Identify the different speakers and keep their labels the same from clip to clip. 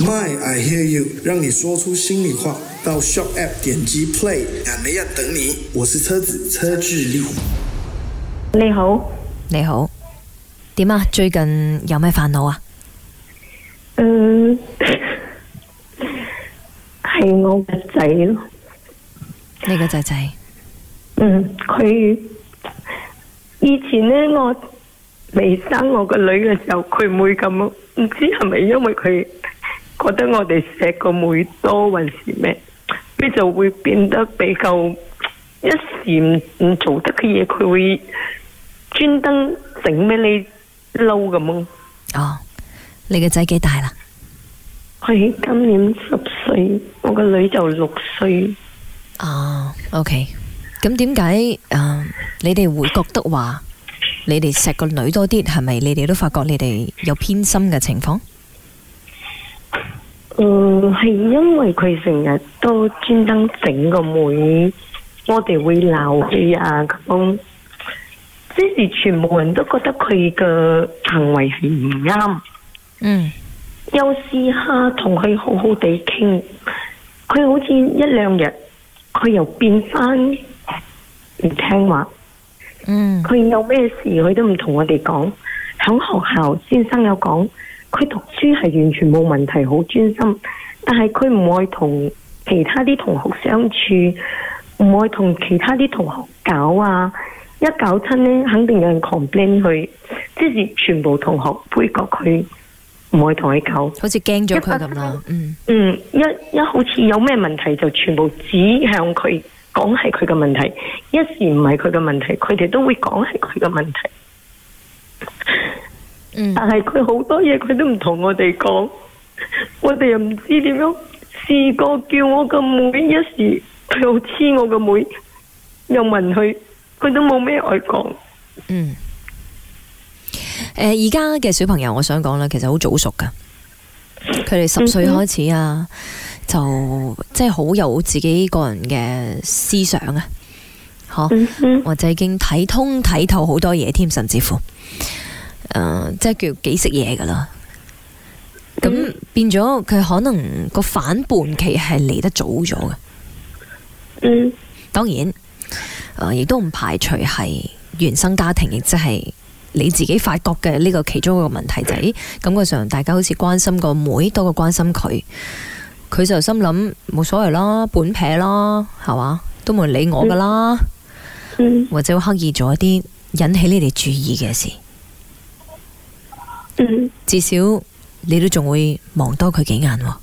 Speaker 1: My I Hear You，让你说出心里话。到 Shop App 点击 Play，俺们要等你。我是车子车志力。
Speaker 2: 你好，
Speaker 3: 你好，點啊？最近有咩煩惱啊？
Speaker 2: 嗯，系我嘅仔咯，
Speaker 3: 你個仔仔，
Speaker 2: 嗯，佢以前呢，我未生我個女嘅時候，佢唔會咁，唔知係咪因為佢覺得我哋錫個妹多還是咩，佢就會變得比較一時唔唔做得嘅嘢，佢會專登整俾你嬲咁咯。
Speaker 3: 哦，你個仔幾大啦？
Speaker 2: 佢今年十歲，我個女就六歲。
Speaker 3: 哦，OK，咁點解诶你哋會覺得話你哋錫個女多啲？係咪你哋都發覺你哋有偏心嘅情況？
Speaker 2: 嗯，係因為佢成日都專登整個妹，我哋會鬧佢啊咁。即是全部人都覺得佢嘅行為係唔啱，
Speaker 3: 嗯，
Speaker 2: 又試下同佢好好地傾，佢好似一兩日，佢又變翻唔聽話。
Speaker 3: 嗯，
Speaker 2: 佢有咩事佢都唔同我哋講，喺學校先生有講，佢讀書係完全冇問題，好專心，但係佢唔愛同其他啲同學相處，唔愛同其他啲同學搞啊，一搞親呢，肯定有人 complain 佢，即是全部同學杯葛佢，唔愛同佢搞。
Speaker 3: 好似驚咗佢咁 啦。嗯，
Speaker 2: 嗯，一一好似有咩問題就全部指向佢，講係佢嘅問題，一時唔係佢嘅問題，佢哋都會講係佢嘅問題。
Speaker 3: 嗯
Speaker 2: 但係佢好多嘢佢都唔同我哋講， 我哋又唔知點樣。試過叫我個妹，一時佢又黐我個妹，又問佢，佢都冇咩愛講。
Speaker 3: 嗯。诶，而家嘅小朋友，我想講啦，其實好早熟噶。佢哋十歲開始啊，就即係好有自己個人嘅思想啊，嗬、
Speaker 2: 嗯哼，
Speaker 3: 或者已經睇通睇透好多嘢添，甚至乎，诶、即係叫幾識嘢噶啦。咁變咗佢可能個反叛期係嚟得早咗嘅。
Speaker 2: 嗯
Speaker 3: 當然，呃亦、都唔排除係原生家庭，亦即係你自己發覺嘅呢個其中一個問題就係、咦感覺上大家好似關心個妹多過關心佢，佢就心諗冇所謂啦，本撇啦，係嘛，都冇人理我噶啦，
Speaker 2: 嗯
Speaker 3: 或者好刻意做一啲引起你哋注意嘅事，
Speaker 2: 嗯
Speaker 3: 至少你都仲會望多佢幾眼喎。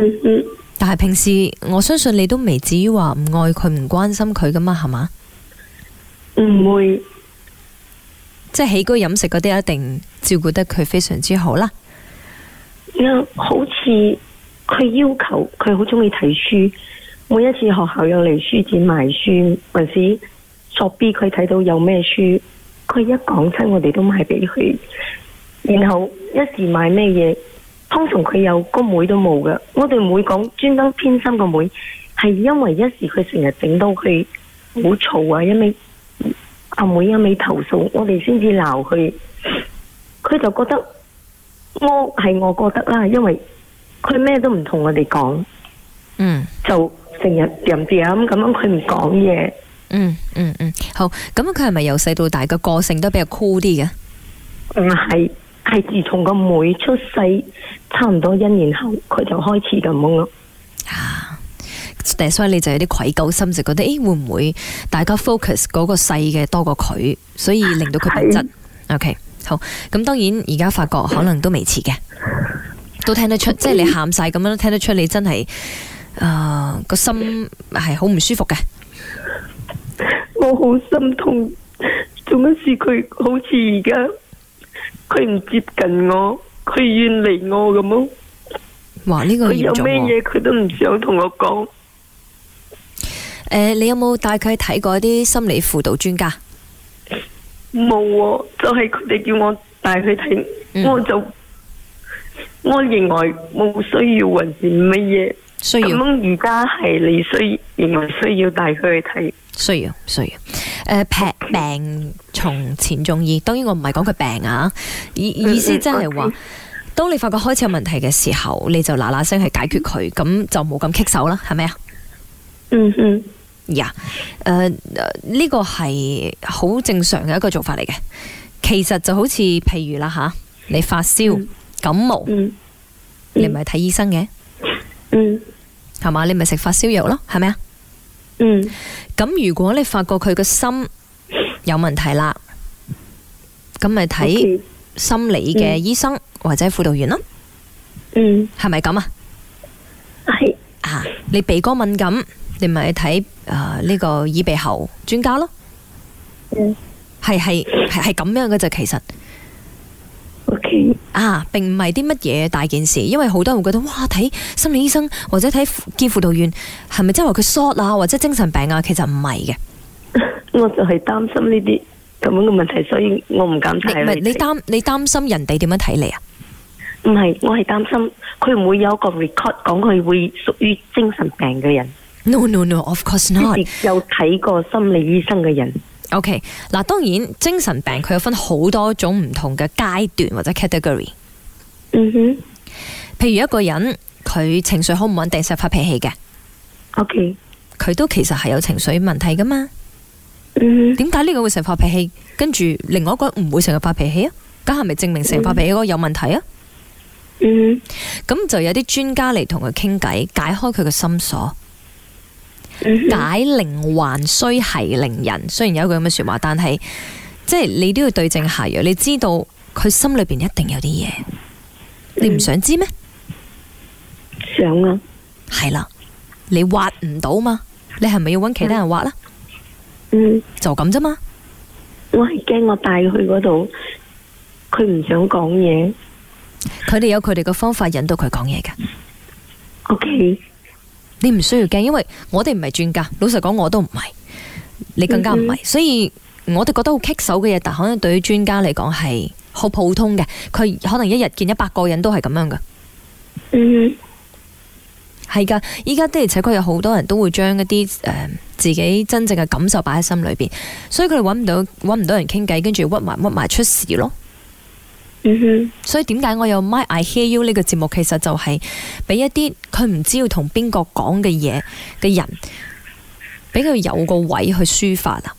Speaker 2: 嗯嗯，
Speaker 3: 但係平時我相信你都未至於話唔愛佢、唔關心佢噶嘛，係嘛？
Speaker 2: 唔會。
Speaker 3: 即係起居飲食嗰啲一定照顧得佢非常之好啦。
Speaker 2: 有好似佢要求佢好中意睇書，每一次學校有嚟書展賣書，或者作 B 佢睇到有咩書，佢一講親我哋都買俾佢。然後一時買咩嘢，通常佢有個妹都冇嘅。我哋唔會講專登偏心個妹，係因為一時佢成日整到佢好嘈啊，一味阿妹一味投訴，我哋先至鬧佢，佢就覺得。我係我覺得啦，因為佢咩都唔同我哋講，
Speaker 3: 嗯
Speaker 2: 就成日掂掂咁樣，佢唔講嘢。
Speaker 3: 嗯嗯嗯，好。咁佢係咪由細到大個個性都比較酷啲嘅？
Speaker 2: 唔係，係自從個妹出世差唔多一年後，佢就開始咁樣咯。
Speaker 3: 啊，誒所以你就有啲愧疚心，就覺得誒會唔會大家 focus 嗰個細嘅多過佢，所以令到佢變質。OK，好。咁當然而家發覺可能都未遲嘅，都聽得
Speaker 2: 嗯
Speaker 3: 出，即係你喊晒咁樣都聽得出，你真係誒個心係好唔舒服嘅。
Speaker 2: 我好心痛，仲一是佢好似而家佢唔接近我，佢遠離我咁咯。
Speaker 3: 哇！呢、個
Speaker 2: 佢
Speaker 3: 嚴
Speaker 2: 有
Speaker 3: 重
Speaker 2: 咩
Speaker 3: 喎。
Speaker 2: 嘢佢都唔想同我講。
Speaker 3: 诶、你有冇帶佢睇過啲心理輔導專家？
Speaker 2: 冇喎、就係佢哋叫我帶佢睇，
Speaker 3: 嗯
Speaker 2: 我就我認為冇需要還是乜嘢。
Speaker 3: 需
Speaker 2: 咁
Speaker 3: 要，
Speaker 2: 樣而家係你需認為需要帶佢去睇，
Speaker 3: 需要，需要。呃
Speaker 2: 哦
Speaker 3: 诶、病
Speaker 2: 嗯
Speaker 3: 病從前重醫，當然我唔係講佢病啊，意意思即係話當你發覺開始有問題嘅時候，你就嗱嗱聲去解決佢，咁就冇咁棘手啦，係咪啊？
Speaker 2: 嗯嗯
Speaker 3: 呀，誒誒呃呢個係好正常嘅一個做法嚟嘅。其實就好似譬如啦吓，你發燒、
Speaker 2: 嗯
Speaker 3: 感冒，
Speaker 2: 嗯
Speaker 3: 你咪睇醫生嘅，
Speaker 2: 嗯
Speaker 3: 係嘛？你咪食發燒藥咯，係咪啊？
Speaker 2: 嗯
Speaker 3: 咁如果你發覺佢嘅心有問題啦，咁咪睇
Speaker 2: OK，
Speaker 3: 心理嘅醫生或者輔導員咯，
Speaker 2: 嗯
Speaker 3: 係咪咁啊？
Speaker 2: 係
Speaker 3: 啊，你鼻哥敏感，你咪去睇诶呢個耳鼻喉專家咯，
Speaker 2: 嗯
Speaker 3: 係係係系咁樣嘅就其實
Speaker 2: OK
Speaker 3: 啊，並唔係啲乜嘢大件事，因為好多人會覺得哇睇心理醫生或者睇見輔導員係咪即係話佢 short 啊或者精神病啊，其實唔係嘅。
Speaker 2: 我就係擔心呢啲咁樣嘅問題，所以我唔敢
Speaker 3: 你
Speaker 2: 睇
Speaker 3: 唔
Speaker 2: 啦
Speaker 3: 係你擔你担心人哋點樣睇你啊？
Speaker 2: 唔係，我係擔心佢唔會有一個 record 講佢會屬於精神病嘅人，
Speaker 3: No no no，of course
Speaker 2: 即
Speaker 3: not。
Speaker 2: 是有睇過心理醫生嘅人。
Speaker 3: OK，嗱，當然精神病佢有分好多種唔同嘅階段或者 category。
Speaker 2: 嗯哼
Speaker 3: 譬如一個人佢情緒好唔穩定，成日發脾氣嘅，
Speaker 2: ，OK，
Speaker 3: 佢都其實係有情緒問題噶嘛。
Speaker 2: 嗯哼
Speaker 3: 點解呢個會成日發脾氣，跟住另外一個唔會成日發脾氣啊？咁係咪證明成日發脾氣嗰個有問題啊？
Speaker 2: 嗯
Speaker 3: 咁就有啲專家嚟同佢傾偈，解開佢嘅心鎖，
Speaker 2: 哼嗯哼
Speaker 3: 解靈還須係靈人。雖然有一句咁嘅说話，但係即係你都要對症下藥，你知道佢心裏边一定有啲嘢，你
Speaker 2: Mm-hmm.
Speaker 3: 唔想知咩？
Speaker 2: 想啊，
Speaker 3: 系啦，你挖唔到嘛？你系咪要揾其他人挖啦？
Speaker 2: 嗯，
Speaker 3: 就咁啫嘛。
Speaker 2: 我係驚我帶佢嗰度，佢唔想講嘢。
Speaker 3: 佢哋有佢哋嘅方法引導佢講嘢嘅，
Speaker 2: OK，
Speaker 3: 你唔需要驚，因為我哋唔係專家，老實講我都唔係，你更加唔係，所以我哋覺得好棘手嘅嘢，但可能對於專家嚟講係好普通嘅，佢可能一日見一百個人都係咁樣嘅。
Speaker 2: 嗯
Speaker 3: 係噶，依家的而且確有好多人都會將一啲誒、呃自己真正嘅感受擺喺心裏邊，所以佢哋揾唔到揾唔到人傾偈，跟住屈埋屈埋出事咯。
Speaker 2: 哼嗯哼，
Speaker 3: 所以點解我有 My I Hear You 呢個節目，其實就係俾一啲佢唔知要同邊個講嘅嘢嘅人，俾佢有個位去抒發啊。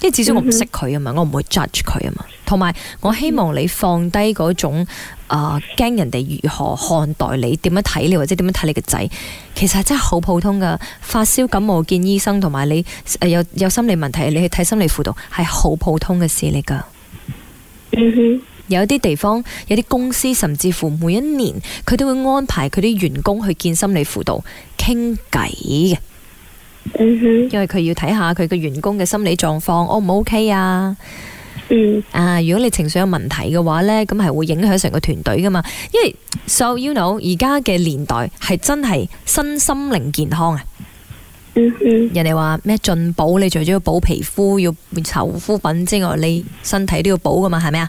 Speaker 3: 因為至少我唔識佢啊嘛，我唔會 judge 佢啊嘛。同埋我希望你放低嗰種啊驚、人哋如何看待你，點樣睇你，或者點樣睇你嘅仔，其實真係好普通噶。發燒感冒見醫生，同埋你呃有有心理問題，你去睇心理輔導係好普通嘅事嚟㗎。
Speaker 2: 嗯哼，
Speaker 3: 有啲地方，有啲公司甚至乎每一年佢都會安排佢啲員工去見心理輔導傾偈嘅，
Speaker 2: 嗯哼，
Speaker 3: 因為佢要睇下佢嘅員工嘅心理狀況 O 唔 OK 啊？
Speaker 2: 嗯
Speaker 3: 啊，如果你情緒有問題嘅話呢，咁係會影響成個團隊噶嘛。因為 so you know 而家嘅年代係真係身心靈健康啊！
Speaker 2: 嗯哼，
Speaker 3: 人哋話咩進補，你除咗要補皮膚、要搽護膚品之外，你身體都要補噶嘛，係咪啊？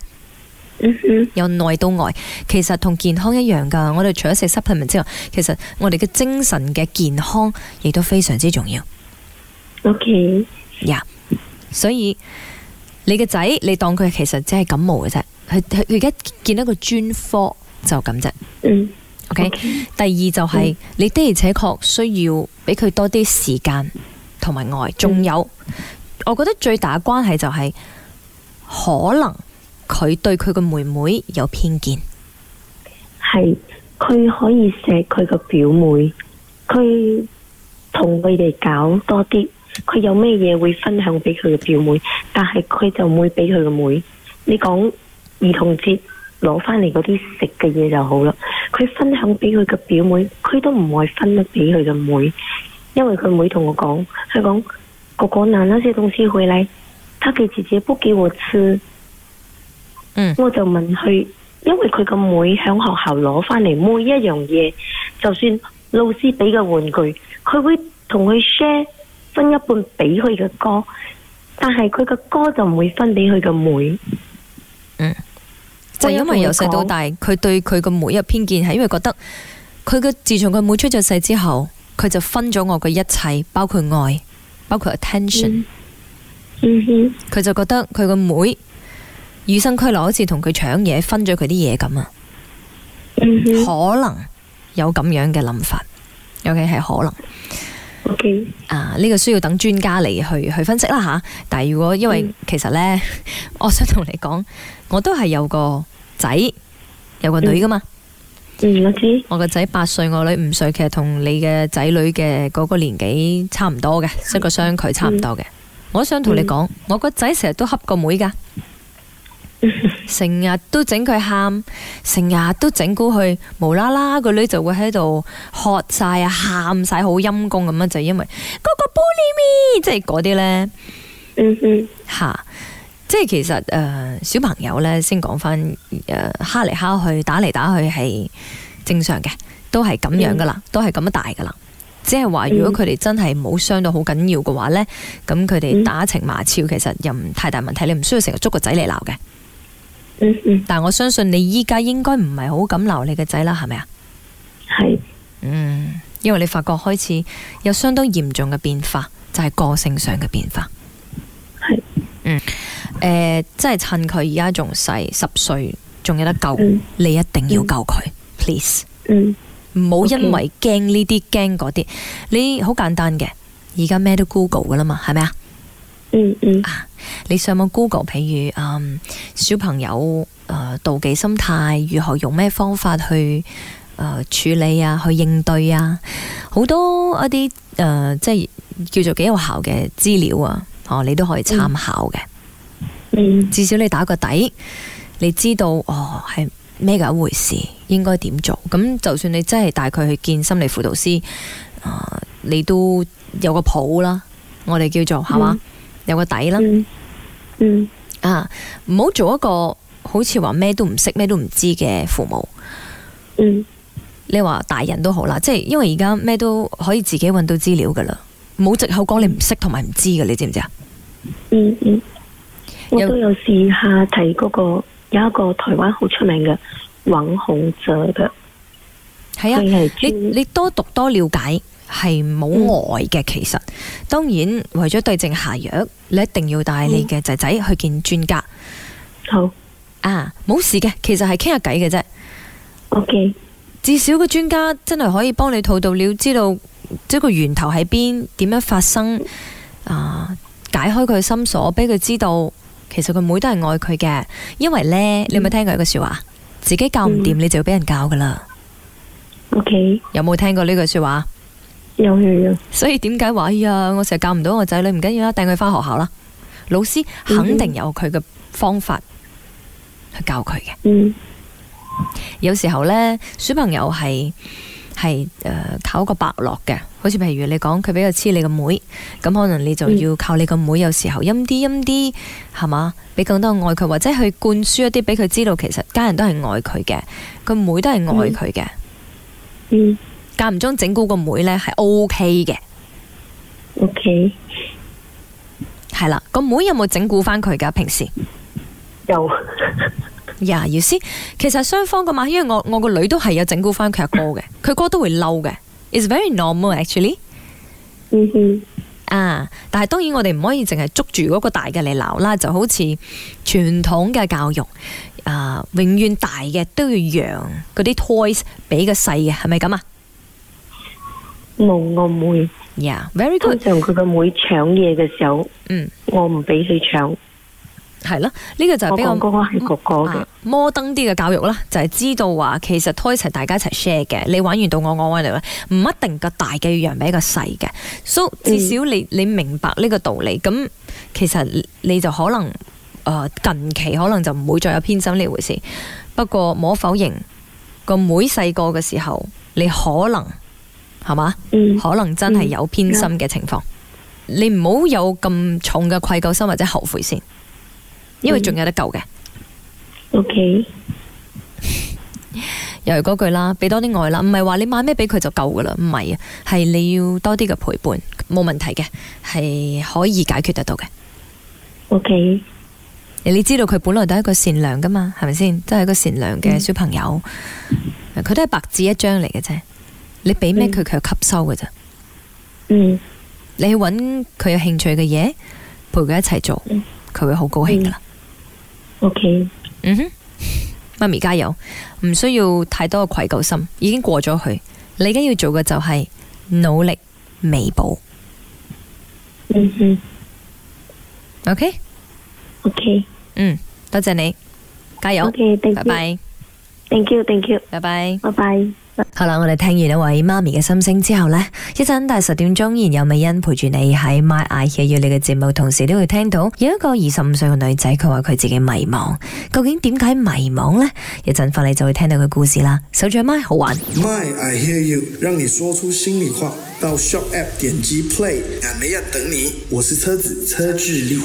Speaker 2: 嗯哼，
Speaker 3: 由內到外，其實同健康一樣噶。我哋除咗食 supplement 之外，其實我哋嘅精神嘅健康亦都非常之重要
Speaker 2: OK，
Speaker 3: 呀。所以你嘅仔，你當佢其實只係感冒嘅啫，佢佢佢而家見一個專科就咁啫。
Speaker 2: 嗯
Speaker 3: OK，, 第二就係、你的而且確需要俾佢多啲時間同埋愛，仲有、我覺得最大嘅關係就係、可能佢對佢嘅妹妹有偏見。
Speaker 2: 係佢可以錫佢個表妹，佢同佢哋搞多啲，佢有咩嘢會分享俾佢嘅表妹，但係佢就唔會俾佢嘅妹。你講兒童節攞翻嚟嗰啲食嘅嘢就好啦，佢分享俾佢嘅表妹，佢都唔會分得俾佢嘅妹，因為佢妹同我講，佢講哥哥拿那些東西回來，他給姐姐不給我吃。
Speaker 3: 嗯
Speaker 2: 我就問佢，因為佢個妹喺學校攞翻嚟每一樣嘢，就算老師俾嘅玩具，佢會同佢 share 分一半俾佢嘅哥，但係佢嘅哥就唔會分俾佢嘅妹。
Speaker 3: 就因為由細到大，佢對佢個妹有偏見，係因為覺得佢嘅自從佢妹出咗世之後，佢就分咗我嘅一切，包括愛，包括 attention，
Speaker 2: 嗯嗯哼，
Speaker 3: 佢、就覺得佢個妹與生俱來好似同佢搶嘢，分咗佢啲嘢咁啊！
Speaker 2: 嗯哼
Speaker 3: 可能有咁樣嘅諗法。OK，係可能
Speaker 2: ，OK，
Speaker 3: 啊，呢、個需要等專家嚟去去分析啦吓。但係如果因為
Speaker 2: 嗯
Speaker 3: 其實呢， 我想同你講，我都係有個仔，有個女噶嘛。
Speaker 2: 嗯，我知，
Speaker 3: 我個仔八歲，我女五歲，其實同你嘅仔女嘅嗰個年紀差唔多嘅，即係個相距差唔多嘅。我想同你講，我個仔成日都恰個妹噶，
Speaker 2: 嗯
Speaker 3: 成日都整佢喊，成日都整蠱佢，無啦啦個女就會喺度喝晒啊，喊晒，好陰公咁樣，啊就因為嗰個 bully me，即係嗰啲呢。
Speaker 2: 嗯哼，
Speaker 3: 吓、即係其實诶、呃小朋友咧先講翻诶蝦嚟蝦去，打嚟打去係正常嘅，都係咁樣噶啦，都係咁樣大噶啦。只係話，如果佢哋真係冇傷到好緊要嘅話呢，咁佢哋
Speaker 2: 嗯
Speaker 3: 打情罵俏其實又唔太大問題，你唔需要成日捉個仔嚟鬧嘅。
Speaker 2: 嗯哼，
Speaker 3: 但我相信你依家應該唔係好敢鬧你嘅仔啦，係咪啊？
Speaker 2: 係，
Speaker 3: 嗯，因為你發覺開始有相當嚴重嘅變化，就係個性上嘅變化。
Speaker 2: 係，
Speaker 3: 誒、呃即係趁佢而家仲細，十歲仲有得救，
Speaker 2: 嗯
Speaker 3: 你一定要救佢、p l e a s
Speaker 2: 嗯，
Speaker 3: e 唔好
Speaker 2: OK
Speaker 3: 因為驚呢啲驚嗰啲，你好簡單嘅，而家咩都 Google 噶啦嘛，係咪啊？
Speaker 2: 嗯嗯，
Speaker 3: 你上網 Google，譬如嗯小朋友誒、呃妒忌心態，如何用咩方法去誒、呃、處理啊，去應對啊，好多一啲誒、呃即係叫做幾有效嘅資料啊，哦，你都可以參考嘅。
Speaker 2: 嗯，
Speaker 3: 至少你打個底，你知道哦係咩嘅一回事，應該點做。咁就算你真係帶佢去見心理輔導師，啊你都有個譜啦，我哋叫做係嘛，有個底啦。
Speaker 2: 嗯，嗯，
Speaker 3: 啊，唔好做一個好似話咩都唔識、咩都唔知嘅父母。
Speaker 2: 嗯，
Speaker 3: 你話大人都好啦，即係因為而家咩都可以自己揾到資料噶啦，冇藉口講你唔識同埋唔知嘅，你知唔知啊？
Speaker 2: 嗯嗯，我
Speaker 3: 有
Speaker 2: 都有試下睇嗰個有一個台灣好出名嘅尹孔哲嘅，
Speaker 3: 係
Speaker 2: 佢。
Speaker 3: 啊
Speaker 2: 係
Speaker 3: 你
Speaker 2: 專
Speaker 3: 你多讀多了解係冇礙嘅，其實當然為咗對症下藥，你一定要帶你嘅仔仔去見專家
Speaker 2: 好
Speaker 3: 啊！冇事嘅，其實係傾下偈嘅啫。
Speaker 2: ，OK，
Speaker 3: 至少個專家真係可以幫你套到料，知道即係個源頭喺邊，點樣發生啊？解開佢嘅心鎖，俾佢知道其實佢妹都係愛佢嘅。因為呢，你有冇聽過一句说話？自己教唔掂，你就要俾人教噶啦。
Speaker 2: OK，
Speaker 3: 有冇聽過呢句说話？
Speaker 2: 有有有，
Speaker 3: 所以點解話哎呀，我成日教唔到我仔女，唔緊要啦，掟佢翻學校啦。老師肯定有佢嘅方法去教佢嘅。
Speaker 2: 嗯
Speaker 3: 有時候呢，小朋友係係诶靠一個伯樂嘅，好似譬如你講佢比較黐你個妹，咁可能你就要靠你個妹。有時候陰啲陰啲係嘛，俾更多愛佢，或者去灌輸一啲俾佢知道，其實家人都係愛佢嘅，個妹都係愛佢嘅。
Speaker 2: 嗯
Speaker 3: 間唔中整蠱個妹呢係 O K 嘅。
Speaker 2: ，OK，
Speaker 3: 係啦，個妹有冇整蠱翻佢噶？平時
Speaker 2: 有，
Speaker 3: 呀，姚師，其實雙方噶嘛，因為我我個女都係有整蠱翻佢阿哥 嘅，佢哥都會嬲嘅，is very normal actually
Speaker 2: 嗯哼，
Speaker 3: 啊。但係當然我哋唔可以淨係捉住嗰個大嘅嚟鬧啦，就好似傳統嘅教育啊，永遠大嘅都要讓嗰啲 toys 俾個細嘅，係咪咁啊？
Speaker 2: 冇我妹，
Speaker 3: 呀、yeah,，very
Speaker 2: 通
Speaker 3: good，
Speaker 2: 常佢個妹搶嘢嘅時候，
Speaker 3: 嗯，
Speaker 2: 我唔俾佢搶，
Speaker 3: 係啦，呢、個就係
Speaker 2: 我
Speaker 3: 比較
Speaker 2: 講嗰個係哥哥嘅
Speaker 3: 啊，摩登啲嘅教育啦，就係、知道話其實 toys 係大家一齊 share 嘅，你玩完到我，我玩到咧，唔一定個大嘅要讓俾個細嘅，so
Speaker 2: 嗯
Speaker 3: 至少你你明白呢個道理，咁其實你就可能誒、呃近期可能就唔會再有偏心呢回事，不過無可否認個妹細個嘅時候，你可能係嘛？
Speaker 2: 嗯
Speaker 3: 可能真係有偏心嘅情況。你唔好有咁重嘅愧疚心或者後悔先，
Speaker 2: 嗯
Speaker 3: 因為仲有得救嘅。
Speaker 2: ，OK，
Speaker 3: 又係嗰句啦，俾多啲愛啦，唔係話你買咩俾佢就夠噶啦，唔係啊，係你要多啲嘅陪伴，冇問題嘅，係可以解決得到嘅。
Speaker 2: OK，
Speaker 3: 你知道佢本來都係一個善良噶嘛，係咪先？都係一個善良嘅小朋友，佢都係白紙一張嚟嘅啫。你俾咩佢，佢就吸收嘅啫。
Speaker 2: 嗯。
Speaker 3: 你去揾佢有興趣嘅嘢，陪佢一齊做
Speaker 2: 嗯，
Speaker 3: 佢會好高興噶啦。
Speaker 2: OK，
Speaker 3: 嗯哼，媽咪加油，唔需要太多嘅愧疚心，已經過咗去。你而家要做嘅就係努力彌補。
Speaker 2: 嗯哼
Speaker 3: OK，
Speaker 2: ，OK
Speaker 3: 嗯，多謝你，加油，拜
Speaker 2: OK，thank you，
Speaker 3: 拜，
Speaker 2: thank you，thank you，
Speaker 3: 拜拜。
Speaker 2: 拜拜。
Speaker 3: 好啦，我哋聽完一位媽咪嘅心聲之後呢，一陣大十點鐘，依然有美欣陪住你喺 My I Hear You 你嘅節目，同時都會聽到有一個二十五歲嘅女仔，佢話佢自己迷茫，究竟點解迷茫呢？一陣翻嚟就會聽到佢故事啦。手掌麥好玩。
Speaker 1: My I Hear You，让你说出心里话。到 Shop App 点击 Play，俺没人等你。我是车子车志力。